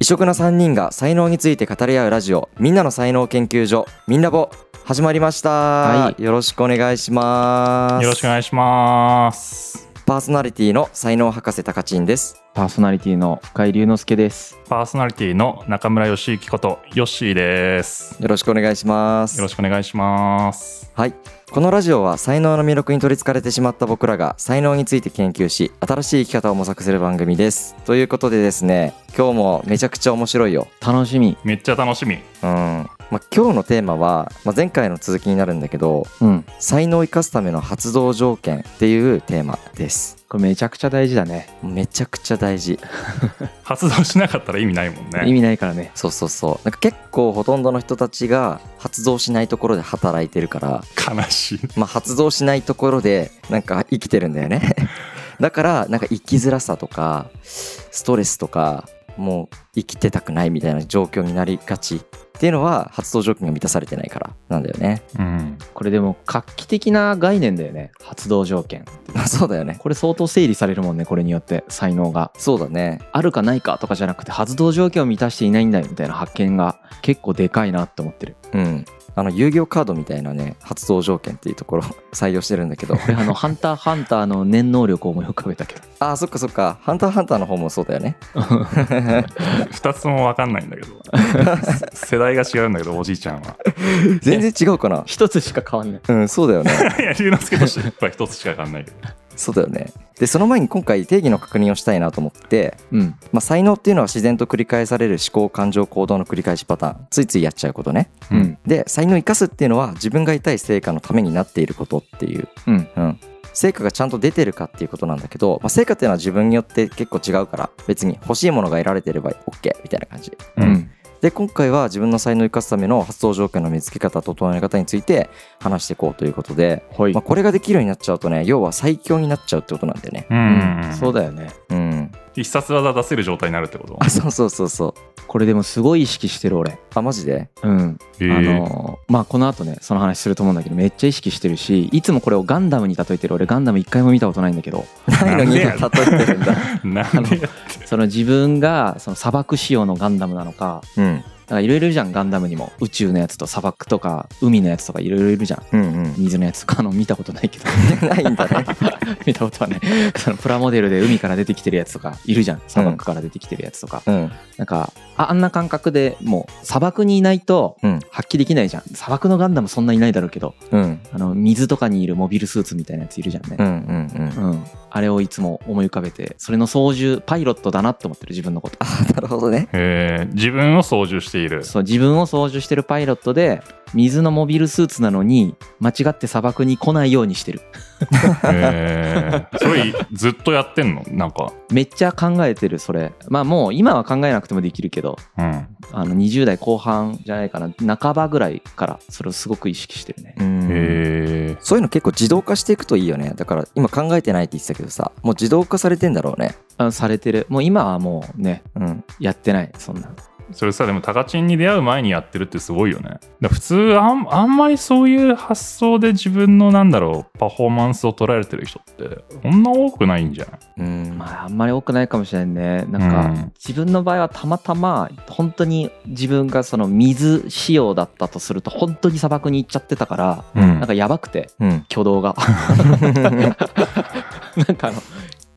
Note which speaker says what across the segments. Speaker 1: 色な3人が才能について語り合うラジオみんなの才能研究所みんなぼ始まりました、
Speaker 2: はい
Speaker 1: よろしくお願いします
Speaker 3: よろしくお願いします。
Speaker 1: パーソナリティの才能博士たかちんです
Speaker 2: パーソナリティの深井龍之介です。
Speaker 3: パーソナリティの中村義之ことヨッシーです。
Speaker 1: よろしくお願いします
Speaker 3: よろしくお願いします。
Speaker 1: はいこのラジオは才能の魅力に取りつかれてしまった僕らが才能について研究し新しい生き方を模索する番組ですということでですね今日もめちゃくちゃ面白いよ
Speaker 2: 楽しみ。
Speaker 3: めっちゃ楽しみ。
Speaker 1: うんまあ、今日のテーマは、まあ、前回の続きになるんだけど
Speaker 2: うん。
Speaker 1: 才能を生かすための発動条件っていうテーマです
Speaker 2: これめちゃくちゃ大事だね。
Speaker 1: めちゃくちゃ大事
Speaker 3: 発動しなかったら意味ないもん
Speaker 2: 意
Speaker 3: ね。
Speaker 2: 味ないからね。
Speaker 1: そうそうそうなんか結構ほとんどの人たちが発動しないところで働いてるから、
Speaker 3: 悲しい。
Speaker 1: まあ、発動しないところでなんか生きてるんだよね だからなんか生きづらさとかストレスとかもう生きてたくないみたいな状況になりがちっていうのは発動条件が満たされてないからなんだよね
Speaker 3: うん。
Speaker 2: これでも画期的な概念だよね。発動条件。
Speaker 1: まあそうだよね
Speaker 2: これ相当整理されるもんね。これによって才能が。
Speaker 1: そうだね
Speaker 2: あるかないかとかじゃなくて発動条件を満たしていないんだよみたいな発見が結構でかいなって思って る。
Speaker 1: うん、あの遊戯王カードみたいなね発動条件っていうところ採用してるんだけど
Speaker 2: これあのハンターハンターの念能力を思い浮かべたけど。
Speaker 1: あーそっかそっか「ハンターハンター」の方もそうだよね
Speaker 3: 二つともわかんないんだけど。 世代が違うんだけど、おじいちゃんは。
Speaker 1: 全然違うかな
Speaker 2: 一つしか変わんない。
Speaker 1: うんそうだよね
Speaker 3: いや、龍之介と失敗一つしかわかんないけど。
Speaker 1: そうだよねでその前に今回定義の確認をしたいなと思って、
Speaker 2: うん。
Speaker 1: まあ、才能っていうのは自然と繰り返される思考感情行動の繰り返しパターンついついやっちゃうことね
Speaker 2: うん。
Speaker 1: で才能を生かすっていうのは自分が得たい成果のためになっていることっていう
Speaker 2: うん。
Speaker 1: うん、成果がちゃんと出てるかっていうことなんだけど、まあ、成果っていうのは自分によって結構違うから別に欲しいものが得られてれば OK みたいな感じ
Speaker 2: う
Speaker 3: うんん。
Speaker 1: で今回は自分の才能を生かすための発動条件の見つけ方整え方について話していこうということで、
Speaker 2: はい
Speaker 1: まあ、。これができるようになっちゃうとね要は最強になっちゃうってことなんだよね
Speaker 3: う
Speaker 2: うん。
Speaker 3: ん。
Speaker 2: そうだよね。
Speaker 1: うん
Speaker 3: 必殺技出せる状態になるってこと
Speaker 1: あそうそうそうそう
Speaker 2: これでもすごい意識してる俺。
Speaker 1: あマジで
Speaker 2: うん。
Speaker 3: へ
Speaker 2: あ
Speaker 3: え。
Speaker 2: のーまあこの後ねその話すると思うんだけどめっちゃ意識してるしいつもこれをガンダムに例えてる俺ガンダム一回も見たことないんだけど
Speaker 1: ないのに例え
Speaker 3: なん
Speaker 1: てるんだ
Speaker 3: なんで
Speaker 2: その自分がその砂漠仕様のガンダムなのか
Speaker 1: うん
Speaker 2: なんかいろいろいるじゃんガンダムにも宇宙のやつと砂漠とか海のやつとかいろいろいるじゃん
Speaker 1: うんうん
Speaker 2: 水のやつとかあの見たことないけど
Speaker 1: ないんだね
Speaker 2: 見たことはない そのプラモデルで海から出てきてるやつとかいるじゃん砂漠から出てきてるやつとか、
Speaker 1: うん
Speaker 2: なんかああんな感覚でもう砂漠にいないと
Speaker 1: うん
Speaker 2: 発揮できないじゃん砂漠のガンダムそんないないだろうけど
Speaker 1: うん
Speaker 2: あの水とかにいるモビルスーツみたいなやついるじゃんね
Speaker 1: うんう、んうん
Speaker 2: うん、あれをいつも思い浮かべてそれの操縦パイロットだなって思ってる自分のこと
Speaker 1: なるほどね
Speaker 3: へえ自分を操縦してい る。
Speaker 2: そう自分を操縦してるパイロットで水のモビルスーツなのに間違って砂漠に来ないようにしてる
Speaker 3: へえそれずっとやってんのなんか。
Speaker 2: めっちゃ考えてるそれまあもう今は考えなくてもできるけど
Speaker 3: うん。
Speaker 2: あの20代後半じゃないかな半ばぐらいからそれをすごく意識してるね
Speaker 1: うん
Speaker 3: へえ
Speaker 1: そういうの結構自動化していくといいよねだから今考えてないって言ってたけどさもう自動化されてんだろうね
Speaker 2: あのされてるもう今はもうね
Speaker 1: うん
Speaker 2: やってないそんな
Speaker 3: それさでもタカチンに出会う前にやってるってすごいよねだから普通あんあんまりそういう発想で自分のなんだろうパフォーマンスを捉えてる人ってそんな多くないんじゃない
Speaker 1: うん
Speaker 2: まああんまり多くないかもしれんねなんか、
Speaker 3: うん
Speaker 2: 自分の場合はたまたま本当に自分がその水仕様だったとすると本当に砂漠に行っちゃってたから、
Speaker 3: うん
Speaker 2: なんかやばくて
Speaker 1: うん
Speaker 2: 挙動がなんかあの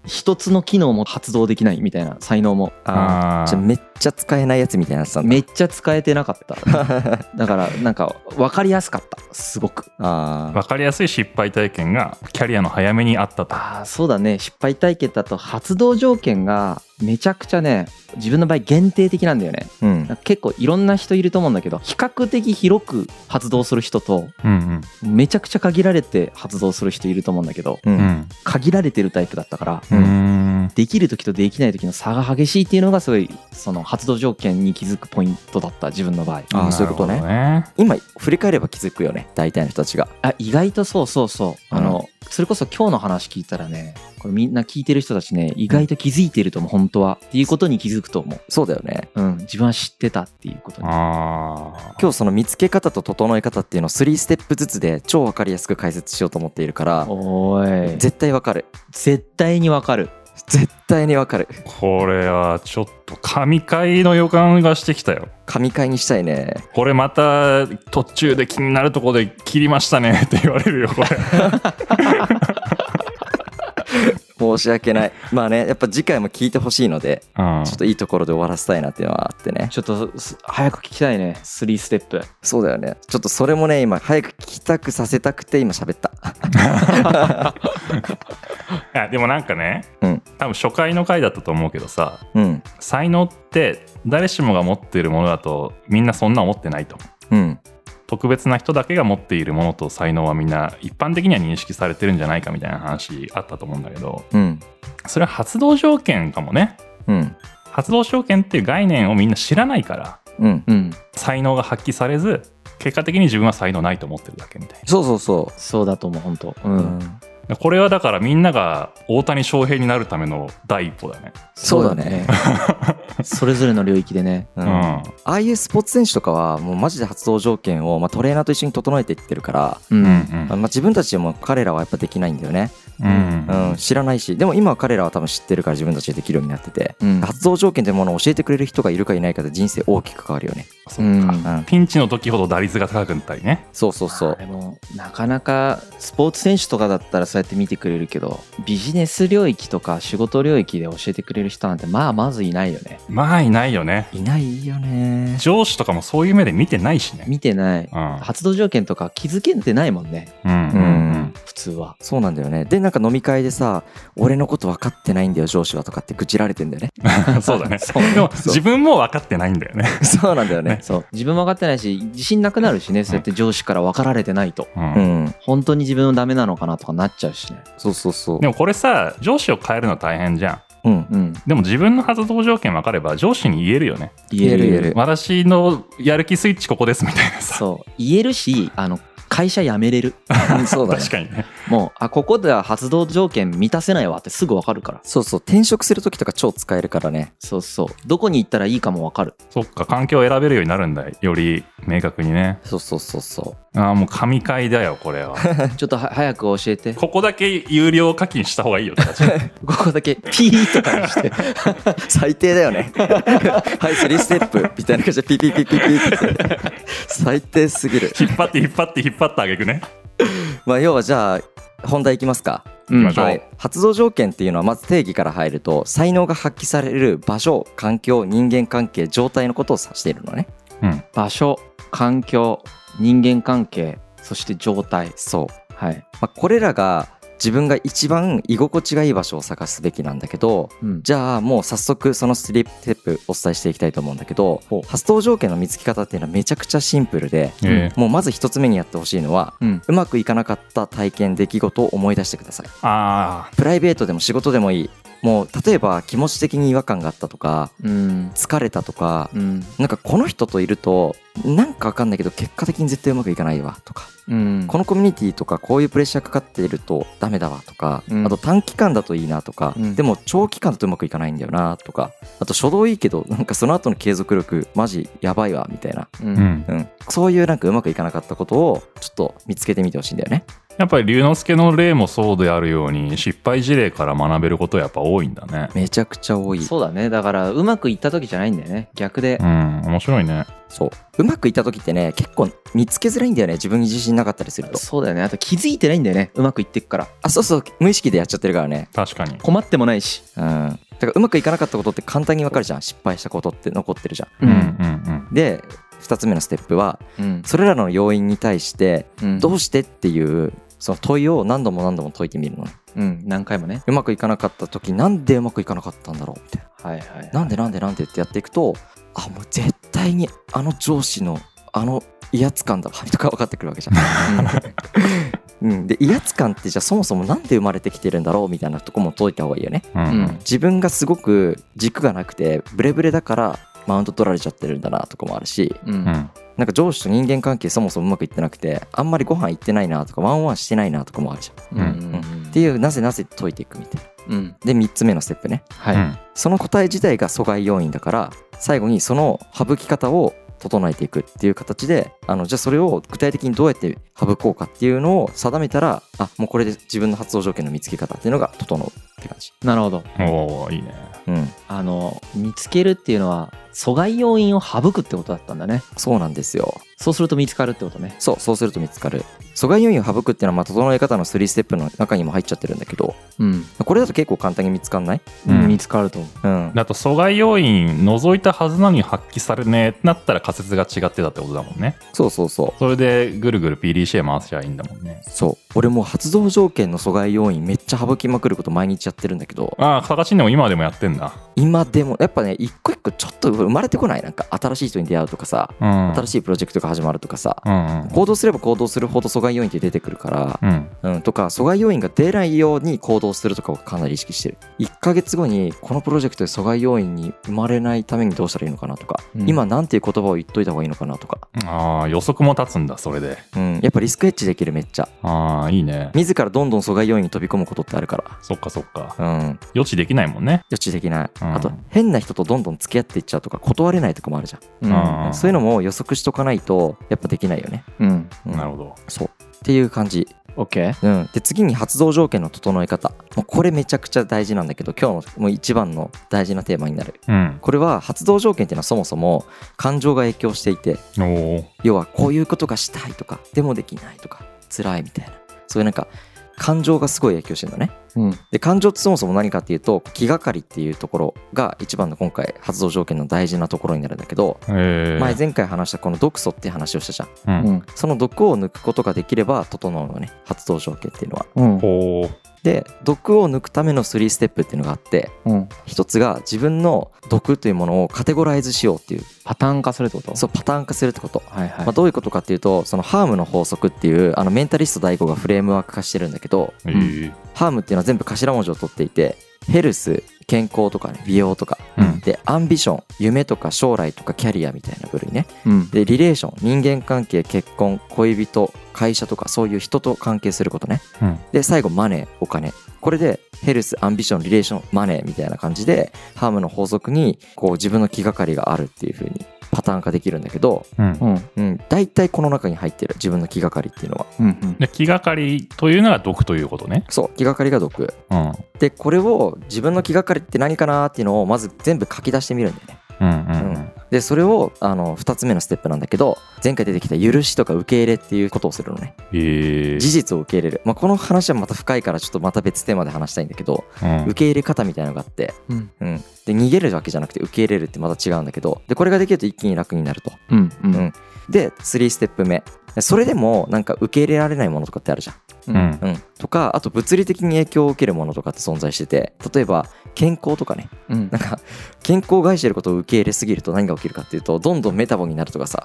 Speaker 2: 一つの機能も発動できないみたいな才能も
Speaker 1: あ
Speaker 3: あ
Speaker 1: ーじゃあ
Speaker 3: ー
Speaker 1: めっちゃ使えないやつみたいになってたんだ
Speaker 2: めっちゃ使えてなかっただからなんか分かりやすかったすごく
Speaker 1: あ
Speaker 3: わかりやすい失敗体験がキャリアの早めにあったと
Speaker 2: ああそうだね失敗体験だと発動条件がめちゃくちゃね自分の場合限定的なんだよね
Speaker 1: ーうん
Speaker 2: なんか結構いろんな人いると思うんだけど比較的広く発動する人と
Speaker 3: うん
Speaker 2: めちゃくちゃ限られて発動する人いると思うんだけど
Speaker 1: う
Speaker 3: うんん
Speaker 2: 限られてるタイプだったから
Speaker 3: うんうん
Speaker 2: できる時とできない時の差が激しいっていうのがすごいその発動条件に気づくポイントだった自分の場合
Speaker 1: あーそういうことね
Speaker 3: なるほど
Speaker 1: 今
Speaker 3: ね
Speaker 1: 振り返れば気づくよね大体の人たちが
Speaker 2: あ意外とそうそうそ
Speaker 1: う
Speaker 2: う
Speaker 1: ん
Speaker 2: あの、それこそ今日の話聞いたらねこれみんな聞いてる人たちね意外と気づいてると思う本当はっていうことに気づくと思
Speaker 1: そうだよね
Speaker 2: う、うん、自分は知ってたっていうことに
Speaker 3: ああ
Speaker 1: 今日その見つけ方と整え方っていうのを3ステップずつで超わかりやすく解説しようと思っているから
Speaker 2: おーい
Speaker 1: 絶対わかる
Speaker 2: 絶対にわかる
Speaker 1: 絶対にわかる
Speaker 3: これはちょっと神回の予感がしてきたよ
Speaker 1: 神回にしたいね
Speaker 3: これまた途中で気になるとこで切りましたね って言われるよこれ
Speaker 1: 申し訳ないまあねやっぱ次回も聞いてほしいので
Speaker 3: うん
Speaker 1: ちょっといいところで終わらせたいなっていうのはあってね
Speaker 2: ちょっとす早く聞きたいね3ステップ
Speaker 1: そうだよねちょっとそれもね今早く聞きたくさせたくて今喋った
Speaker 3: いやでもなんかね、
Speaker 1: うん
Speaker 3: 多分初回の回だったと思うけどさ
Speaker 1: うん
Speaker 3: 才能って誰しもが持っているものだとみんなそんな思ってないと
Speaker 1: うん
Speaker 3: 特別な人だけが持っているものと才能はみんな一般的には認識されてるんじゃないかみたいな話あったと思うんだけど
Speaker 1: うん
Speaker 3: それは発動条件かもね
Speaker 1: うん
Speaker 3: 発動条件っていう概念をみんな知らないから
Speaker 1: うん
Speaker 2: うん
Speaker 3: 才能が発揮されず結果的に自分は才能ないと思ってるだけみたい
Speaker 1: そうそうそ
Speaker 2: そうだと思う本当う
Speaker 1: う、
Speaker 2: ん、
Speaker 1: うん
Speaker 3: なこれはだからみんなが大谷翔平になるための第一歩だね
Speaker 1: そうだね
Speaker 2: それぞれの領域でね
Speaker 1: う
Speaker 3: うんん、
Speaker 1: ああいうスポーツ選手とかはもうマジで発動条件を、まあ、トレーナーと一緒に整えていってるから、
Speaker 2: う、
Speaker 3: うんん、
Speaker 1: まあ、自分たちでも彼らはやっぱできないんだよね、
Speaker 3: うんうん
Speaker 1: うん、知らないしでも今は彼らは多分知ってるから自分たちでできるようになってて
Speaker 2: うん
Speaker 1: 発動条件というものを教えてくれる人がいるかいないかで人生大きく変わるよね、
Speaker 3: そっか、
Speaker 2: うん
Speaker 1: うん、
Speaker 3: ピンチの時ほど打率が高くなったりね
Speaker 1: そうそうそう
Speaker 2: でもなかなかスポーツ選手とかだったらそうやって見てくれるけどビジネス領域とか仕事領域で教えてくれる人なんてまあまずいないよね
Speaker 3: まあいないよね
Speaker 1: いないよね
Speaker 3: 上司とかもそういう目で見てないしね
Speaker 2: 見てない
Speaker 3: うん
Speaker 2: 発動条件とか気づけてないもんね
Speaker 3: うんうん
Speaker 2: 普通は
Speaker 1: そうなんだよねでなんか飲み会でさ俺のこと分かってないんだよ上司はとかって愚痴られてんだよね
Speaker 3: うん そうだねでも自分も分かってないんだよね、
Speaker 1: そうなんだよね
Speaker 2: そう自分も分かってないし自信なくなるしねそうやって上司から分かられてないと
Speaker 3: うん
Speaker 1: うん
Speaker 2: 本当に自分はダメなのかなとかなっちゃうしね
Speaker 1: そうそうそう
Speaker 3: でもこれさ上司を変えるの大変じゃん
Speaker 1: うん
Speaker 2: うん
Speaker 3: でも自分の発動条件分かれば上司に言えるよね
Speaker 2: 言
Speaker 1: 言
Speaker 2: える言
Speaker 1: え
Speaker 2: え
Speaker 1: る
Speaker 2: る
Speaker 3: 私のやる気スイッチここですみたいなさ
Speaker 2: そう言えるしあの会社辞めれる
Speaker 1: うんそうだね
Speaker 3: 確かにね
Speaker 2: もうあここでは発動条件満たせないわってすぐ分かるから
Speaker 1: そうそう転職する時とか超使えるからね
Speaker 2: そうそうどこに行ったらいいかも分かる
Speaker 3: そっか環境を選べるようになるんだより明確にね
Speaker 1: そうそうそうそ
Speaker 3: ああもう神回だよこれ は
Speaker 2: ちょっとは早く教えて。こ
Speaker 3: ここだけ有料課金した方がいいよ確かに
Speaker 2: こだけピーとかにして。
Speaker 1: う最低だよ ねはい3ステップみたいな感じでピピピピピって最低すぎる
Speaker 3: 引っ張って引っ張って引っ張ってあげくね
Speaker 1: まあ要はじゃあ本題いきますか
Speaker 2: う
Speaker 3: 行きましょう
Speaker 1: はい、発動条件っていうのはまず定義から入ると才能が発揮される場所環境人間関係状態のことを指しているのね
Speaker 3: うん
Speaker 2: 場所、環境、人間関係、そして状態。
Speaker 1: そう、
Speaker 2: はい。
Speaker 1: まあ、これらが自分が一番居心地がいい場所を探すべきなんだけど
Speaker 2: うん。
Speaker 1: じゃあもう早速そのスリップテップお伝えしていきたいと思うんだけど
Speaker 2: ほう
Speaker 1: 発動条件の見つけ方っていうのはめちゃくちゃシンプルで
Speaker 3: ええ
Speaker 1: もうまず一つ目にやってほしいのは
Speaker 2: うん。
Speaker 1: うまくいかなかった体験出来事を思い出してください
Speaker 3: あ
Speaker 1: プライベートでも仕事でもいいもう例えば気持ち的に違和感があったとか
Speaker 2: うん。
Speaker 1: 疲れたとか
Speaker 2: うん。
Speaker 1: なんかこの人といるとなんかわかんないけど結果的に絶対うまくいかないわとか
Speaker 2: うん。
Speaker 1: このコミュニティとかこういうプレッシャーかかっているとダメだわとか、
Speaker 2: うん
Speaker 1: あと短期間だといいなとか、
Speaker 2: うん
Speaker 1: でも長期間だとうまくいかないんだよなとかあと初動いいけどなんかその後の継続力マジやばいわみたいな、
Speaker 2: う
Speaker 3: あ
Speaker 2: ん。
Speaker 3: うん
Speaker 1: うん、そういうなんかうまくいかなかったことをちょっと見つけてみてほしいんだよね。
Speaker 3: やっぱり龍之介の例もそうであるように失敗事例から学べることやっぱ多いんだね
Speaker 1: めちゃくちゃ多い
Speaker 2: そうだね。だから、うまくいった時じゃないんだよね。逆で
Speaker 3: う。ん面白いね
Speaker 1: そううまくいった時ってね結構見つけづらいんだよね自分に自信なかったりすると
Speaker 2: そうだよね。あと気づいてないんだよね。うまくいってっから。
Speaker 1: あそうそう無意識でやっちゃってるからね
Speaker 3: 確かに
Speaker 2: 困ってもないし。
Speaker 1: うん、だからうまくいかなかったことって簡単にわかるじゃん失敗したことって残ってるじゃ
Speaker 3: うんうんうん
Speaker 1: んで2つ目のステップは
Speaker 2: うん。
Speaker 1: それらの要因に対して
Speaker 2: うん
Speaker 1: どうしてっていうその問いを何度も何度も解いてみるのね
Speaker 2: うん。何回もね。
Speaker 1: うまくいかなかった時なんでうまくいかなかったんだろうみたい
Speaker 2: はいはい。
Speaker 1: ななんでなんでなんでってやっていくとあもう絶対にあの上司のあの威圧感だわとか分かってくるわけじゃ んうん、で威圧感ってじゃあそもそもなんで生まれてきてるんだろうみたいなとこも解いた方がいいよね
Speaker 3: うん
Speaker 2: う。
Speaker 3: うん
Speaker 2: うんん。
Speaker 1: 自分がすごく軸がなくてブレブレだからマウント取られちゃってるんだなとかもあるし
Speaker 2: うん。
Speaker 3: うん
Speaker 1: なんか上司と人間関係そもそもうまくいってなくてあんまりご飯行ってないなとかワンワンしてないなとかもあるじゃんっ
Speaker 2: うん。うん
Speaker 1: ていうなぜなぜ解いていくみたいな
Speaker 2: うん。
Speaker 1: で3つ目のステップね
Speaker 2: は
Speaker 3: う
Speaker 2: い。
Speaker 3: ん
Speaker 1: その答え自体が阻害要因だから最後にその省き方を整えていくっていう形であのじゃあそれを具体的にどうやって省こうかっていうのを定めたらあもうこれで自分の発動条件の見つけ方っていうのが整うっって感じ。
Speaker 2: なるほど。
Speaker 3: おおいいね。
Speaker 1: うん、
Speaker 2: あの、見つけるっていうのは、阻害要因を省くってことだったんだね。
Speaker 1: そうなんですよ。
Speaker 2: そうすると見つかるってことね。
Speaker 1: そう、そうすると見つかる。阻害要因を省くっていうのは、まあ、整え方の3ステップの中にも入っちゃってるんだけど、
Speaker 2: うん。
Speaker 1: これだと結構簡単に見つかんない
Speaker 3: うん
Speaker 2: 見つかると思う。
Speaker 1: うん。
Speaker 3: あと阻害要因除いたはずなのに発揮されねえってなったら仮説が違ってたってことだもんね
Speaker 1: そうそうそう。
Speaker 3: それでぐるぐる PDCA 回しちゃいいんだもんね
Speaker 1: そう。俺もう発動条件の阻害要因めっちゃ省きまくること毎日やってるんだけど、
Speaker 3: ああ探しんでも今でもやってんだ
Speaker 1: 今でも、やっぱね、一個一個ちょっと生まれてこないなんか、新しい人に出会うとかさ、
Speaker 3: うん
Speaker 1: 新しいプロジェクトが始まるとかさ、
Speaker 3: うんうん
Speaker 1: 行動すれば行動するほど阻害要因って出てくるから、
Speaker 3: うん
Speaker 1: うん、とか阻害要因が出ないように行動するとかをかなり意識してる1ヶ月後にこのプロジェクトで阻害要因に生まれないためにどうしたらいいのかなとか、
Speaker 2: うん
Speaker 1: 今なんていう言葉を言っといた方がいいのかなとか、
Speaker 3: ああ予測も立つんだそれで
Speaker 1: うん、やっぱリスクエッジできるめっちゃ
Speaker 3: ああいいね
Speaker 1: 自らどんどん阻害要因に飛び込むことってあるか、
Speaker 3: そっかそっから
Speaker 1: うん、
Speaker 3: 予知できないもんね
Speaker 1: 予知できない、
Speaker 3: うん
Speaker 1: あと変な人とどんどん付き合っていっちゃうとか断れないとかもあるじゃん、
Speaker 2: う
Speaker 3: あ
Speaker 1: そういうのも予測しとかないとやっぱできないよね、
Speaker 2: うん。
Speaker 1: うん、
Speaker 3: なる
Speaker 1: ほ
Speaker 3: ほど
Speaker 1: どそうっていう感じ
Speaker 2: OK?
Speaker 1: うん、で次に発動条件の整え方もうこれめちゃくちゃ大事なんだけど今日のもう一番の大事なテーマになる
Speaker 3: うん
Speaker 1: これは発動条件っていうのはそもそも感情が影響していて
Speaker 3: おお
Speaker 1: 要はこういうことがしたいとかでもできないとか辛いみたいなそういうなんか感情がすごい影響してるんだね
Speaker 2: うん。
Speaker 1: で感情ってそもそも何かっていうと気がかりっていうところが一番の今回発動条件の大事なところになるんだけど
Speaker 3: ええ
Speaker 1: 前前回話したこの毒素っていう話をしたじゃん
Speaker 3: う
Speaker 2: うんん。
Speaker 1: その毒を抜くことができれば整うのね発動条件っていうのは
Speaker 2: うん。
Speaker 3: ほ
Speaker 1: で毒を抜くための3ステップっていうのがあって
Speaker 2: うん。
Speaker 1: 一つが自分の毒というものをカテゴライズしようっていう
Speaker 2: パターン化するってこと
Speaker 1: そうパターン化するってこと、
Speaker 2: はいはい。
Speaker 1: まあ、どういうことかっていうとそのハームの法則っていうあのメンタリスト大悟がフレームワーク化してるんだけど
Speaker 3: うええ
Speaker 1: ハームっていうのは全部頭文字を取っていてヘルス健康とかね美容とか
Speaker 3: うん
Speaker 1: でアンビション夢とか将来とかキャリアみたいな部類ね
Speaker 2: うん。
Speaker 1: でリレーション人間関係結婚恋人会社とかそういう人と関係することね
Speaker 3: うん
Speaker 1: で最後マネーお金これでヘルスアンビションリレーションマネーみたいな感じでハームの法則にこう自分の気がかりがあるっていう風にパターン化できるんだけど、
Speaker 3: うん
Speaker 2: うん。
Speaker 1: うん、大体この中に入ってる自分の気がかりっていうのは
Speaker 2: うん。
Speaker 3: で気がかりというのが毒ということね
Speaker 1: そう気がかりが毒
Speaker 3: うん
Speaker 1: でこれを自分の気がかりって何かなっていうのをまず全部書き出してみるんだよね
Speaker 3: うんう
Speaker 1: うんんでそれをあの2つ目のステップなんだけど前回出てきた許しとか受け入れっていうことをするのね
Speaker 3: ええ
Speaker 1: 事実を受け入れる、まあ、この話はまた深いからちょっとまた別テーマで話したいんだけど
Speaker 3: うん
Speaker 1: 受け入れ方みたいなのがあって、
Speaker 2: うん。
Speaker 1: うん、で逃げるわけじゃなくて受け入れるってまた違うんだけどでこれができると一気に楽になると
Speaker 2: うん。
Speaker 1: う
Speaker 2: う
Speaker 1: ん
Speaker 2: ん。
Speaker 1: で3ステップ目それでもなんか受け入れられないものとかってあるじゃん
Speaker 2: う。
Speaker 3: うんん
Speaker 1: うん、とかあと物理的に影響を受けるものとかって存在してて例えば健康とかね
Speaker 2: うん
Speaker 1: なんか健康を害してることを受け入れすぎると何が起きるかっていうとどんどんメタボになるとか さ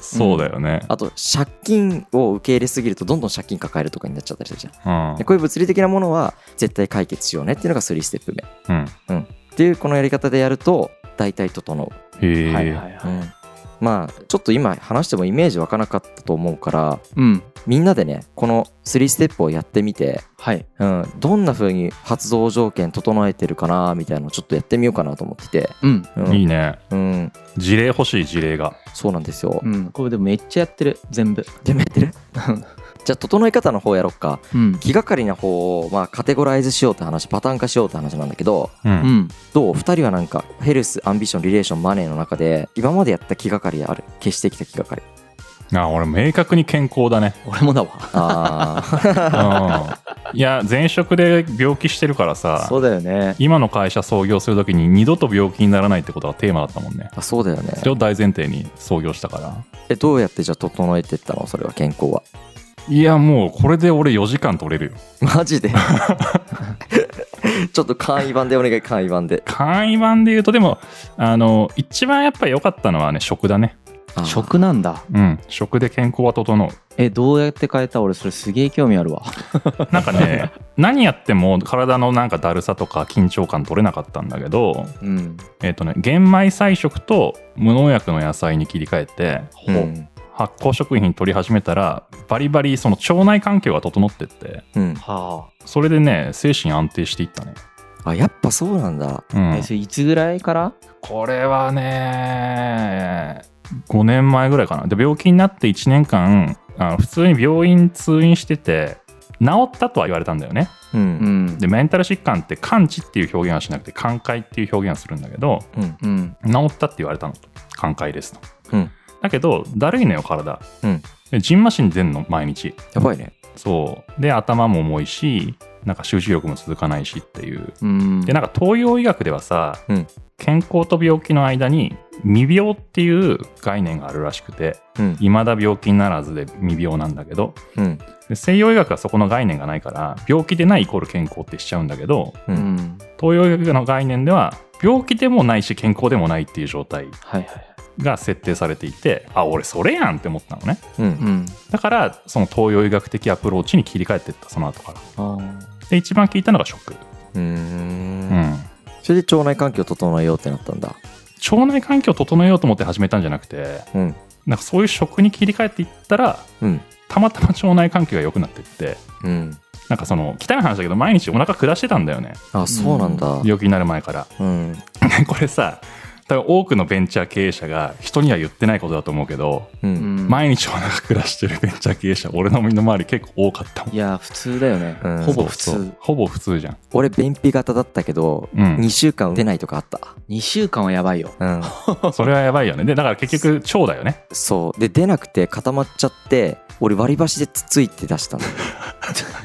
Speaker 3: そうだよね
Speaker 1: あと借金を受け入れすぎるとどんどん借金抱えるとかになっちゃったりするじゃん
Speaker 3: うん
Speaker 1: でこういう物理的なものは絶対解決しようねっていうのが3ステップ目
Speaker 3: うん
Speaker 1: っていうこのやり方でやると大体整う、
Speaker 3: ええ
Speaker 2: はいはいは
Speaker 1: う
Speaker 2: い。
Speaker 1: んまあちょっと今話してもイメージ湧かなかったと思うから
Speaker 2: うん。
Speaker 1: みんなでねこの3ステップをやってみて
Speaker 2: はい。
Speaker 1: うん、どんな風に発動条件整えてるかなみたいなのをちょっとやってみようかなと思ってて、
Speaker 2: うん。
Speaker 1: うん
Speaker 3: いいね
Speaker 1: うん、
Speaker 3: 事例欲しい事例が
Speaker 1: そうなんですよ、
Speaker 2: うん。これでもめっちゃやってる。全部。
Speaker 1: でもやってるじゃあ整え方の方やろっか
Speaker 2: うん。
Speaker 1: 気がかりな方を、まあ、カテゴライズしようって話パターン化しようって話なんだけど
Speaker 3: う
Speaker 2: うんん。
Speaker 1: どう2人はなんかヘルスアンビションリレーションマネーの中で今までやった気がかりある消してきた気がか り
Speaker 3: あ俺明確に健康だね
Speaker 2: 俺もだわ。
Speaker 1: あー
Speaker 3: うんいや前職で病気してるからさ
Speaker 2: うだよね。
Speaker 3: 今の会社創業するときに二度と病気にならないってことがテーマだったもんね
Speaker 1: あそうだよね
Speaker 3: それを大前提に創業したから
Speaker 1: えどうやってじゃあ整えてったのそれは健康はい
Speaker 3: やもうこれで俺4時間取れるよ
Speaker 1: マジで ちょっと簡易版でお願い簡易版で
Speaker 3: 簡易版で言うとでもあの一番やっぱ良かったのはね食だね
Speaker 1: あー
Speaker 2: 食なんだ。
Speaker 3: うん食で健康は整う
Speaker 2: え、どうやって変えた俺それすげえ興味あるわ。
Speaker 3: なん かね何やっても体のなんかだるさとか緊張感取れなかったんだけど
Speaker 2: うん。
Speaker 3: えっ、とね玄米菜食と無農薬の野菜に切り替えて
Speaker 1: うん
Speaker 3: 発酵食品取り始めたらバリバリその腸内環境が整ってって
Speaker 1: うん、
Speaker 2: は
Speaker 3: それでね精神安定していったね、
Speaker 1: あやっぱそうなんだ
Speaker 3: う
Speaker 2: あ。
Speaker 3: ん
Speaker 2: え、それいつぐらいから
Speaker 3: これはね5年前ぐらいかなで病気になって1年間あの普通に病院通院してて治ったとは言われたんだよね。
Speaker 1: う
Speaker 2: うんん
Speaker 3: で、メンタル疾患って完治っていう表現はしなくて、寛解っていう表現をするんだけど、
Speaker 1: うん
Speaker 2: うん
Speaker 3: 治ったって言われたの。寛解ですと。
Speaker 1: うん
Speaker 3: だけど、だるいのよ、体。
Speaker 1: うん
Speaker 3: でジンマシン出んの、毎日。
Speaker 1: やばいね
Speaker 3: そう。で、頭も重いし、なんか集中力も続かないしっていう。
Speaker 2: うん
Speaker 3: で、なんか東洋医学ではさ、
Speaker 1: うん
Speaker 3: 健康と病気の間に未病っていう概念があるらしくて、
Speaker 1: うん
Speaker 3: 未だ病気にならずで未病なんだけど、
Speaker 1: うん
Speaker 3: で西洋医学はそこの概念がないから、病気でないイコール健康ってしちゃうんだけど、
Speaker 1: う
Speaker 2: うんん
Speaker 3: 東洋医学の概念では、病気でもないし健康でもないっていう状態
Speaker 2: はいはい
Speaker 3: が設定されていて、あ、俺それやんって思ったのね。
Speaker 1: う
Speaker 2: うんん
Speaker 3: だから、その東洋医学的アプローチに切り替えていった、その後から。
Speaker 2: あ
Speaker 3: で、一番聞いたのが食。
Speaker 1: うー
Speaker 3: うんん。
Speaker 1: それで腸内環境を整えようってなったんだ
Speaker 3: 腸内環境を整えようと思って始めたんじゃなくて、
Speaker 1: うん
Speaker 3: なんかそういう食に切り替えていったら、
Speaker 1: うん
Speaker 3: たまたま腸内環境が良くなっていって、
Speaker 1: うん
Speaker 3: なんかその、汚い話だけど、毎日お腹下してたんだよね。
Speaker 1: あそうなんだ
Speaker 3: 病気になる前から。
Speaker 1: うん
Speaker 3: これさ、多分多くのベンチャー経営者が人には言ってないことだと思うけど、
Speaker 1: う
Speaker 2: あうんん
Speaker 3: 毎日お腹下してるベンチャー経営者、俺の身の回り結構多かったもん
Speaker 2: いや普通だよね
Speaker 1: うん
Speaker 2: ほぼ普
Speaker 3: そ
Speaker 2: 通
Speaker 3: うほぼ普通じゃん。
Speaker 1: 俺便秘型だったけど
Speaker 3: うん
Speaker 1: 2週間出ないとかあった
Speaker 2: 2週間はやば いよ
Speaker 1: うん
Speaker 3: それはやばいよね。で、だから結局、腸だよね。
Speaker 1: そうで出なくて固まっちゃって俺割り箸でつついて出したの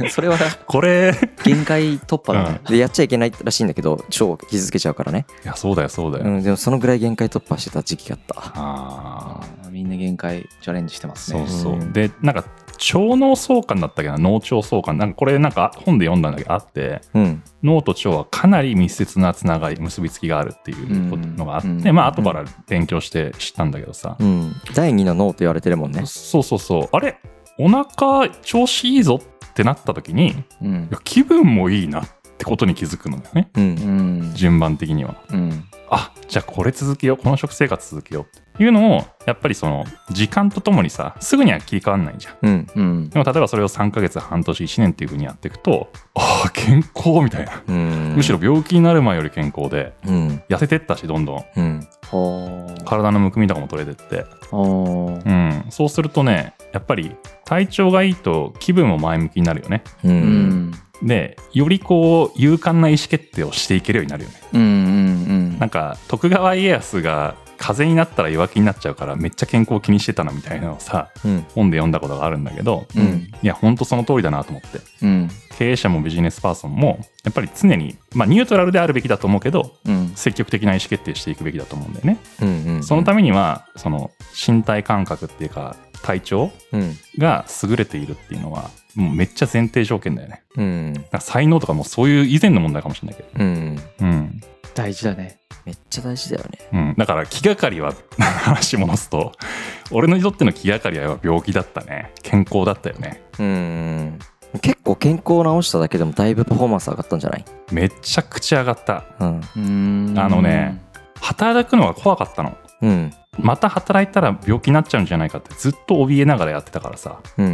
Speaker 2: それは
Speaker 3: こ れ、い
Speaker 2: 限界突破だね
Speaker 1: でやっちゃいけないらしいんだけど腸傷つけちゃうからね、
Speaker 3: や、そうだよ、そうだよ。
Speaker 1: うん、でもそのぐらい限界突破してた時期があった
Speaker 3: ああ、
Speaker 2: みんな限界チャレンジしてます
Speaker 3: そ
Speaker 2: ね
Speaker 3: うそう。
Speaker 1: うん
Speaker 3: で、なんか、腸脳相関だったっけな、脳腸相関。なんか、これ、なんか、本で読んだんだけど、あって、
Speaker 1: うん
Speaker 3: 脳と腸はかなり密接なつながり、結びつきがあるっていうこと
Speaker 2: うん
Speaker 3: のがあって、
Speaker 2: うん
Speaker 3: まあ、後から勉強して知ったんだけどさ。
Speaker 1: うん第2の脳と言われてるもんね
Speaker 3: そうそうそう。あれ、お腹調子いいぞってなった時に、い
Speaker 2: うん
Speaker 3: や気分もいいなってことに気づくのだよね。
Speaker 1: う
Speaker 2: うんん
Speaker 3: 順番的には。
Speaker 2: うん
Speaker 3: あじゃあこれ続けようこの食生活続けようっていうのをやっぱりその時間とともにさすぐには切り替わんないじゃん
Speaker 1: うん
Speaker 2: うん
Speaker 3: でも例えばそれを3ヶ月半年1年っていうふうにやっていくとああ健康みたいな
Speaker 1: うん
Speaker 3: むしろ病気になる前より健康で
Speaker 1: うん
Speaker 3: 痩せてったしどんどん
Speaker 1: うん
Speaker 2: ほー
Speaker 3: 体のむくみとかも取れてって、
Speaker 2: ほー
Speaker 3: うん、そうするとねやっぱり体調がいいと気分も前向きになるよね
Speaker 1: う
Speaker 2: うんん
Speaker 3: でよりこう勇敢な意思決定をしていけるようになるよね
Speaker 2: うんうん
Speaker 3: なんか徳川家康が風邪になったら弱気になっちゃうからめっちゃ健康を気にしてたなみたいなのをさ
Speaker 1: うん
Speaker 3: 本で読んだことがあるんだけど
Speaker 2: うんうん
Speaker 3: いやほんとその通りだなと思って
Speaker 2: うん
Speaker 3: 経営者もビジネスパーソンもやっぱり常に、まあ、ニュートラルであるべきだと思うけど
Speaker 2: うん
Speaker 3: 積極的な意思決定していくべきだと思うんだよね
Speaker 1: うんうん
Speaker 3: そのためにはその身体感覚っていうか体調
Speaker 1: うん
Speaker 3: が優れているっていうのはもうめっちゃ前提条件だよね
Speaker 1: うん
Speaker 3: だから才能とかもうそういう以前の問題かもしれないけど
Speaker 1: うん
Speaker 3: うん
Speaker 2: 大事だね
Speaker 1: めっちゃ大事だよね
Speaker 3: うん、だから気がかりは 話戻すと俺にとっての気がかりは病気だったね健康だったよね
Speaker 1: うん結構健康を直しただけでもだいぶパフォーマンス上がったんじゃない
Speaker 3: めちゃくちゃ上がった
Speaker 1: うん
Speaker 2: うーん
Speaker 3: あのね働くのが怖かったの
Speaker 1: うん
Speaker 3: また働いたら病気になっちゃうんじゃないかってずっと怯えながらやってたからさ
Speaker 1: うんう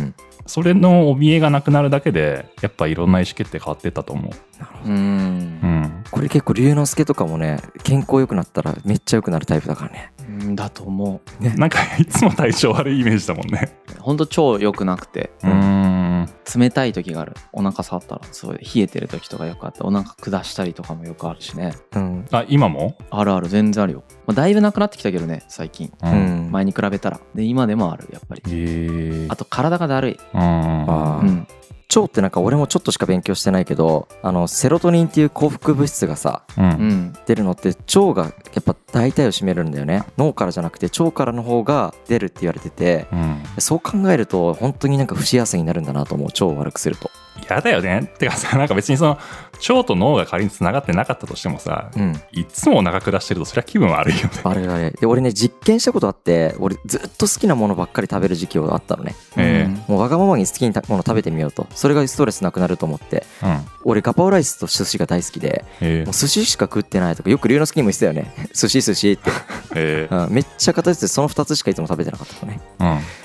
Speaker 1: ん
Speaker 3: それの怯えがなくなるだけでやっぱいろんな意思決定変わってったと思
Speaker 2: う
Speaker 3: う
Speaker 2: ー
Speaker 3: うんん
Speaker 1: これ結構龍之介とかもね健康良くなったらめっちゃ良くなるタイプだからね
Speaker 2: うんだと思
Speaker 3: なんかいつも体調悪いイメージだもんね
Speaker 2: うほんと超良くなくて
Speaker 3: うーん
Speaker 2: 冷たい時があるお腹触ったらすごい冷えてる時とかよくあってお腹下したりとかもよくあるしね
Speaker 1: うん
Speaker 3: あ今も、
Speaker 2: あるある全然あるよ、まあ、だいぶなくなってきたけどね最近
Speaker 3: う
Speaker 1: うん
Speaker 2: 前に比べたらで今でもあるやっぱり
Speaker 3: えー、
Speaker 2: あと体がだるい、
Speaker 3: うん
Speaker 1: あ
Speaker 2: う
Speaker 1: ー
Speaker 2: ん、
Speaker 1: 腸ってなんか俺もちょっとしか勉強してないけどあのセロトニンっていう幸福物質がさ
Speaker 3: うん
Speaker 2: うん
Speaker 1: 出るのって腸がやっぱ大体を占めるんだよね脳からじゃなくて腸からの方が出るって言われてて
Speaker 3: うん
Speaker 1: そう考えると本当になんか不幸せになるんだなと思う腸を悪くすると
Speaker 3: やだよねてかさなんか別にその腸と脳が仮につながってなかったとしてもさ
Speaker 1: うん
Speaker 3: いつもお腹下してるとそりゃ気分悪いよね
Speaker 1: あれあれで俺ね実験したことあって俺ずっと好きなものばっかり食べる時期があったのね
Speaker 3: え
Speaker 1: もうわがままに好きなもの食べてみようとそれがストレスなくなると思って
Speaker 3: うん
Speaker 1: 俺ガパオライスと寿司が大好きで
Speaker 3: え
Speaker 1: もう寿司しか食ってないとかよく龍之介にも言ってたよね 寿司寿司って、
Speaker 3: え
Speaker 1: うんめっちゃ片付いてその2つしかいつも食べてなかったのね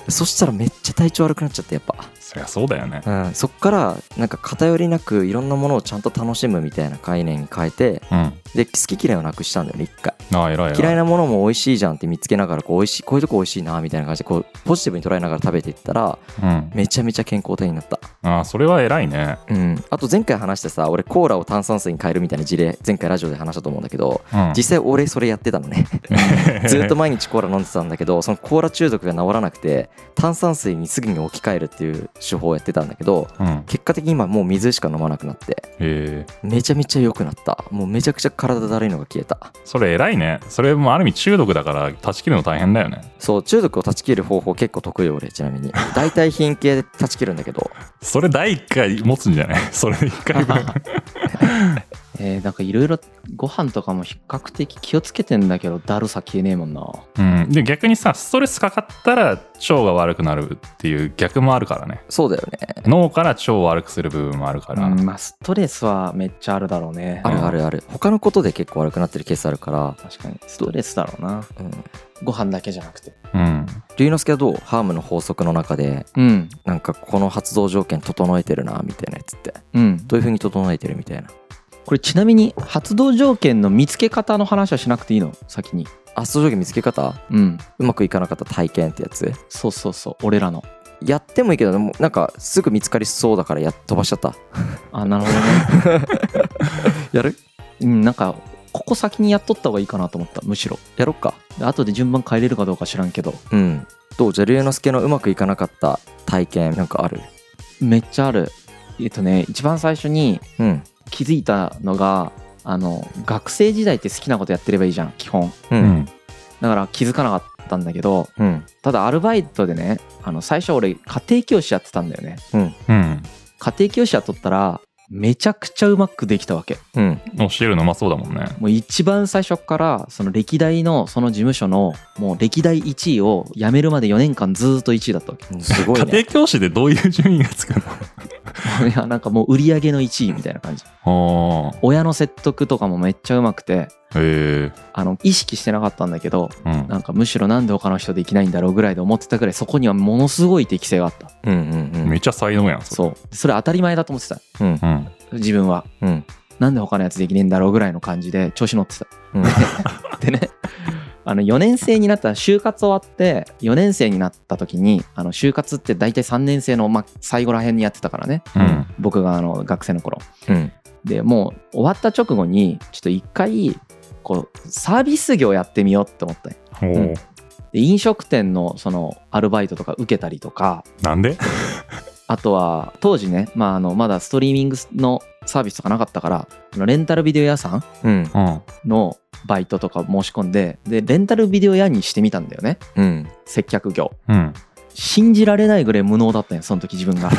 Speaker 3: うん
Speaker 1: そしたらめっちゃ体調悪くなっちゃってやっぱ
Speaker 3: そりゃそうだよね。
Speaker 1: うん、そっからなんか偏りなくいろんなものをちゃんと楽しむみたいな概念に変えて
Speaker 3: うん。
Speaker 1: で好き嫌いをなくしたんだよね一回
Speaker 3: ああ、偉い偉い。
Speaker 1: 嫌いなものも美味しいじゃんって見つけながらこう美味しいこういうとこ美味しいなみたいな感じでこうポジティブに捉えながら食べていったら
Speaker 3: うん。
Speaker 1: めちゃめちゃ健康体になった
Speaker 3: ああ、それは偉いね。
Speaker 1: うんあと前回話したさ俺コーラを炭酸水に変えるみたいな事例前回ラジオで話したと思うんだけど
Speaker 3: うん。
Speaker 1: 実際俺それやってたのねずっと毎日コーラ飲んでたんだけどそのコーラ中毒が治らなくて炭酸水にすぐに置き換えるっていう手法をやってたんだけど
Speaker 3: うん。へ
Speaker 1: 結果的に今もう水しか飲まなくなって
Speaker 3: え
Speaker 1: めちゃめちゃ良くなったもうめちゃくちゃ体だるいのが消えた
Speaker 3: それ偉いね。それもある意味中毒だから断ち切るの大変だよね。
Speaker 1: そう中毒を断ち切る方法結構得意俺ちなみに大体品系で断ち切るんだけど
Speaker 3: それ第1回持つんじゃない それで1回分。
Speaker 2: えー、なんかいろいろご飯とかも比較的気をつけてんだけどだるさ消えねえもんな
Speaker 3: うん、で逆にさストレスかかったら腸が悪くなるっていう逆もあるからね
Speaker 1: そうだよね
Speaker 3: 脳から腸を悪くする部分もあるから、
Speaker 2: うんまあストレスはめっちゃあるだろうね
Speaker 1: あるあるある他のことで結構悪くなってるケースあるから
Speaker 2: 確かにストレスだろうな
Speaker 1: うん
Speaker 2: ご飯だけじゃなくて
Speaker 3: うん、
Speaker 1: 龍之介はどうハームの法則の中で
Speaker 2: うん
Speaker 1: なんかこの発動条件整えてるなみたいなやつって
Speaker 2: うん
Speaker 1: どういう風に整えてるみたいな
Speaker 2: これちなみに発動条件の見つけ方の話はしなくていいの先に
Speaker 1: 発動条件見つけ方
Speaker 2: うん
Speaker 1: うまくいかなかった体験ってやつ
Speaker 2: そうそうそう俺らの
Speaker 1: やってもいいけどでもなんかすぐ見つかりそうだからや飛ばしちゃった
Speaker 2: あなるほどね
Speaker 1: やる
Speaker 2: うんなんかここ先にやっとった方がいいかなと思ったむしろ
Speaker 1: やろっか
Speaker 2: で後で順番変えれるかどうか知らんけど
Speaker 1: うんどうじゃあ龍之介のうまくいかなかった体験なんかある
Speaker 2: めっちゃあるえっとね一番最初に
Speaker 1: うん
Speaker 2: 気づいたのがあの学生時代って好きなことやってればいいじゃん基本
Speaker 1: う
Speaker 3: うんん
Speaker 2: だから気づかなかったんだけど
Speaker 1: うん
Speaker 2: ただアルバイトでねあの最初俺家庭教師やってたんだよね
Speaker 3: うん
Speaker 2: 家庭教師やっとったらめちゃくちゃうまくできたわけ
Speaker 1: うん
Speaker 3: 教えるのうまそうだもんね
Speaker 2: もう一番最初からその歴代のその事務所のもう歴代1位を辞めるまで4年間ずーっと1位だったわけ
Speaker 1: うんすごい
Speaker 3: 家
Speaker 1: ね
Speaker 3: 庭教師でどういう順位がつくの
Speaker 2: いやなんかもう売り上げの1位みたいな感じ
Speaker 3: あ
Speaker 2: 親の説得とかもめっちゃうまくて
Speaker 3: あへえ
Speaker 2: あの意識してなかったんだけど
Speaker 3: うん
Speaker 2: なんかむしろなんで他の人できないんだろうぐらいで思ってたぐらいそこにはものすごい適性があった
Speaker 1: うんうんうん
Speaker 3: めっちゃ才能やんれ
Speaker 2: そうそれ当たり前だと思ってた
Speaker 1: うん
Speaker 3: うん
Speaker 2: 自分は
Speaker 1: うん
Speaker 2: なんで他のやつできねえんだろうぐらいの感じで調子乗ってた
Speaker 1: うん
Speaker 2: でねあの4年生になったら就活終わって4年生になった時にあの就活って大体3年生の、まあ、最後ら辺にやってたからね
Speaker 3: うん
Speaker 2: 僕があの学生の頃
Speaker 1: うん
Speaker 2: でもう終わった直後にちょっと一回こうサービス業やってみようって思ったの
Speaker 3: おお、
Speaker 2: うんで飲食店のそのアルバイトとか受けたりとか
Speaker 3: なんで
Speaker 2: あとは当時ね、まあ、あのまだストリーミングのサービスとかなかったからあのレンタルビデオ屋さん
Speaker 1: うん
Speaker 3: うん
Speaker 2: のバイトとか申し込んででレンタルビデオ屋にしてみたんだよね
Speaker 1: うん
Speaker 2: 接客業
Speaker 3: うん
Speaker 2: 信じられないぐらい無能だったんよその時自分が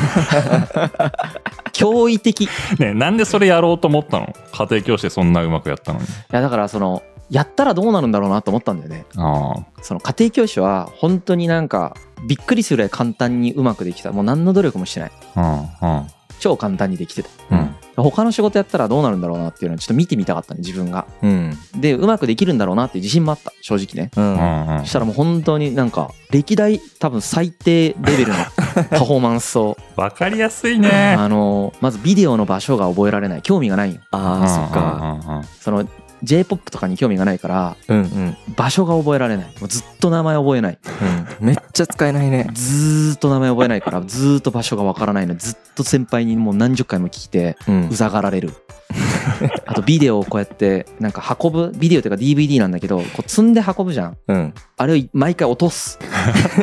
Speaker 2: 驚異的い
Speaker 3: ねなんでそれやろうと思ったの家庭教師でそんなうまくやったのに
Speaker 2: やだからそのやったらどうなるんだろうなと思ったんだよね
Speaker 3: ああ
Speaker 2: その家庭教師は本当になんかびっくりするぐらい簡単にうまくできたもう何の努力もしてない
Speaker 3: うん
Speaker 2: 超簡単にできてた
Speaker 3: うんうん
Speaker 2: 他の仕事やったらどうなるんだろうなっていうのをちょっと見てみたかったね自分が
Speaker 1: うん
Speaker 2: でうまくできるんだろうなっていう自信もあった正直ね
Speaker 1: う
Speaker 3: うんんうん
Speaker 2: そしたらもう本当になんか歴代多分最低レベルのパフォーマンスを
Speaker 3: わかりやすいね
Speaker 2: あのまずビデオの場所が覚えられない興味がないよ
Speaker 1: ああそっか
Speaker 3: うんうんうんうん
Speaker 2: その J−POP とかに興味がないから
Speaker 1: うんうん
Speaker 2: 場所が覚えられないもうずっと名前覚えない
Speaker 1: うんめっちゃ使えないね
Speaker 2: ずーっと名前覚えないからずーっと場所がわからないのずっと先輩にもう何十回も聞いて
Speaker 1: うん
Speaker 2: うざがられるあとビデオをこうやってなんか運ぶビデオというか DVD なんだけどこう積んで運ぶじゃん
Speaker 1: うん
Speaker 2: あれを毎回落とす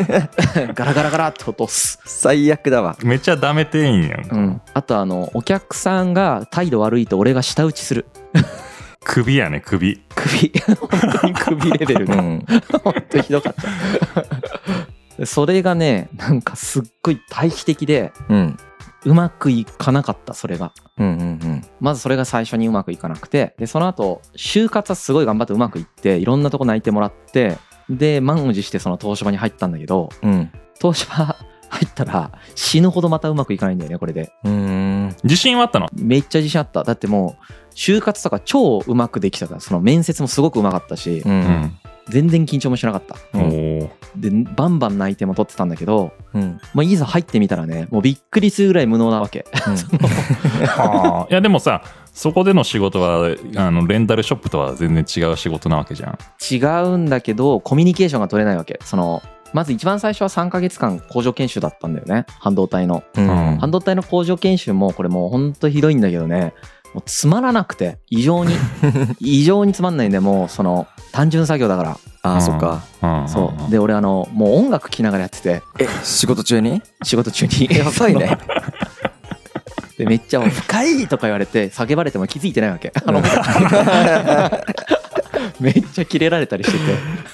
Speaker 2: ガラガラガラって落とす、
Speaker 1: 最悪だわ
Speaker 3: めっちゃダメ店員やん
Speaker 2: うん、あとあのお客さんが態度悪いと俺が舌打ちする
Speaker 3: 首やね首
Speaker 2: 首本当に首レベル
Speaker 1: う
Speaker 2: が
Speaker 1: ん
Speaker 2: 本当にひどかったそれがねなんかすっごい対比的で
Speaker 1: うん
Speaker 2: うまくいかなかったそれが
Speaker 1: うんうん
Speaker 2: まずそれが最初にうまくいかなくてでその後就活はすごい頑張ってうまくいっていろんなとこ泣いてもらってで満を持してその東芝に入ったんだけど
Speaker 1: うんうん
Speaker 2: 東芝 入ったら死ぬほどまたうまくいかないんだよねこれで
Speaker 1: うーん
Speaker 3: 自信はあったの
Speaker 2: めっちゃ自信あっただってもう就活とか超うまくできたからその面接もすごくうまかったし
Speaker 1: うん
Speaker 3: うん
Speaker 2: 全然緊張もしなかった
Speaker 1: うん
Speaker 3: おー
Speaker 2: でバンバン内定も取ってたんだけど、
Speaker 1: うんうん
Speaker 2: まあ、いざ入ってみたらねもうびっくりするぐらい無能なわけ
Speaker 3: はあいやでもさそこでの仕事はあのレンタルショップとは全然違う仕事なわけじゃん
Speaker 2: 違うんだけどコミュニケーションが取れないわけそのまず一番最初は3ヶ月間工場研修だったんだよね半導体の
Speaker 1: うん
Speaker 2: 半導体の工場研修もこれもうほんとひどいんだけどねもうつまらなくて異常 に異常につまんないんでもうその単純作業だから
Speaker 1: ああそっか
Speaker 3: うん
Speaker 2: そうで俺あのもう音楽聴きながらやってて
Speaker 1: え仕事中に
Speaker 2: 仕事 中に
Speaker 1: やばいね
Speaker 2: でめっちゃ 「深い!」とか言われて叫ばれても気づいてないわけあの めっちゃキレられたりし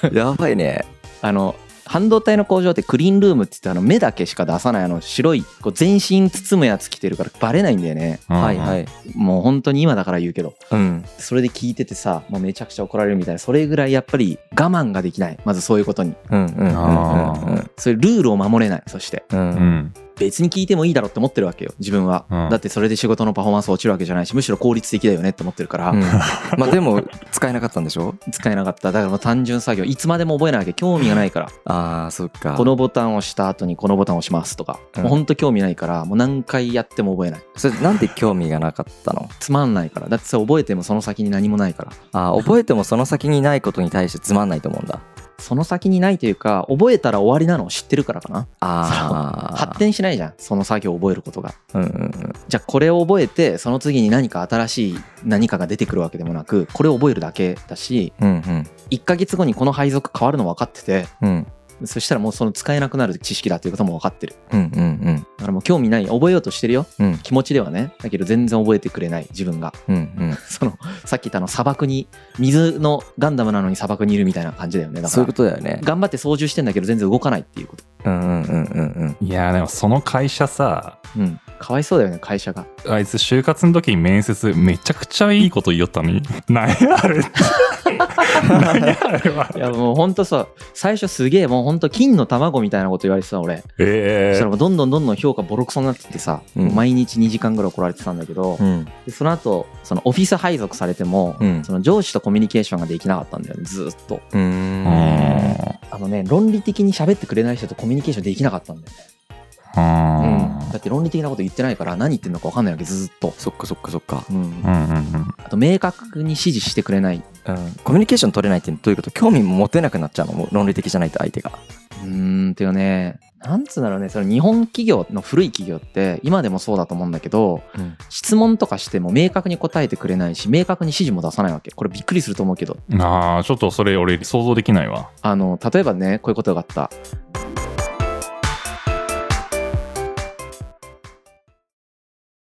Speaker 2: てて
Speaker 1: やばいね
Speaker 2: あの半導体の工場ってクリーンルームって言ってあの目だけしか出さないあの白いこう全身包むやつ着てるからバレないんだよね
Speaker 3: うん
Speaker 1: はいはい
Speaker 2: もう本当に今だから言うけど
Speaker 1: うん
Speaker 2: それで聞いててさもうめちゃくちゃ怒られるみたいなそれぐらいやっぱり我慢ができないまずそういうことに
Speaker 1: うんうんうん
Speaker 3: あー
Speaker 2: そういうルールを守れないそして
Speaker 1: うんうん
Speaker 3: う
Speaker 1: うん
Speaker 3: ん
Speaker 2: 別に聞いてもいいだろうって思ってるわけよ自分は、
Speaker 3: うん
Speaker 2: だってそれで仕事のパフォーマンス落ちるわけじゃないしむしろ効率的だよねって思ってるから、
Speaker 1: うんまあでも使えなかったんでしょ
Speaker 2: 使えなかっただからもう単純作業いつまでも覚えないわけ興味がないから
Speaker 1: ああそっか
Speaker 2: このボタンを押した後にこのボタンを押しますとか、
Speaker 1: うん
Speaker 2: もうほんと興味ないからもう何回やっても覚えない
Speaker 1: それなんで興味がなかったの
Speaker 2: つまんないからだってそれ覚えてもその先に何もないから
Speaker 1: あー覚えてもその先にないことに対してつまんないと思うんだ
Speaker 2: その先にないというか覚えたら終わりなのを知ってるからかな
Speaker 1: ああ
Speaker 2: 発展しないじゃんその作業を覚えることが
Speaker 1: うんうん
Speaker 2: じゃあこれを覚えてその次に何か新しい何かが出てくるわけでもなくこれを覚えるだけだし
Speaker 1: うんうん
Speaker 2: 1ヶ月後にこの配属変わるの分かってて
Speaker 1: うん
Speaker 2: そしたらもうその使えなくなる知識だということも分かってる
Speaker 1: うんうん
Speaker 2: だからもう興味ない覚えようとしてるよ、
Speaker 1: うん
Speaker 2: 気持ちではねだけど全然覚えてくれない自分が
Speaker 1: うんうん
Speaker 2: そのさっき言ったあの砂漠に水のガンダムなのに砂漠にいるみたいな感じだよ
Speaker 1: う
Speaker 2: ね
Speaker 1: ん
Speaker 2: だ
Speaker 1: そう
Speaker 2: か
Speaker 1: いうこ
Speaker 2: ら
Speaker 1: とだよね
Speaker 2: 頑張って操縦してんだけど全然動かないっていうこと、
Speaker 1: うんうんうんうんうん
Speaker 3: いやでもその会社さ
Speaker 2: うん、かわいそうだよね会 社が
Speaker 3: あいつ就活の時に面接めちゃくちゃいいこと言おったのに 何やあれ何やあれはい
Speaker 2: やもうほんとさ最初すげえもうほんと金の卵みたいなこと言われてた俺そし
Speaker 3: え
Speaker 2: た
Speaker 3: え
Speaker 2: らもうどんどんどんどん評価ボロクソになってってさ、
Speaker 1: うん
Speaker 2: もう毎日2時間ぐらい怒られてたんだけど、
Speaker 1: うん
Speaker 2: でその後そのオフィス配属されても、
Speaker 1: うん
Speaker 2: その上司とコミュニケーションができなかったんだよねずーっと
Speaker 1: うー
Speaker 3: うん
Speaker 2: あのね論理的に喋ってくれない人とコミュニケーションできなかったんだよね、
Speaker 3: ん
Speaker 2: だって論理的なこと言ってないから何言ってんのか分かんないわけずーっと、
Speaker 1: そっかそっかそっか
Speaker 2: うん
Speaker 3: うんうん
Speaker 2: あと明確に指示してくれない
Speaker 1: うんコミュニケーション取れないってどういうこと興味も持てなくなっちゃうのもう論理的じゃないと相手が
Speaker 2: うーんっていうねなんつうんだろうねその日本企業の古い企業って今でもそうだと思うんだけど
Speaker 1: うん
Speaker 2: 質問とかしても明確に答えてくれないし明確に指示も出さないわけこれびっくりすると思うけど
Speaker 3: うんああちょっとそれ俺想像できないわ
Speaker 2: あの例えばねこういうことがあった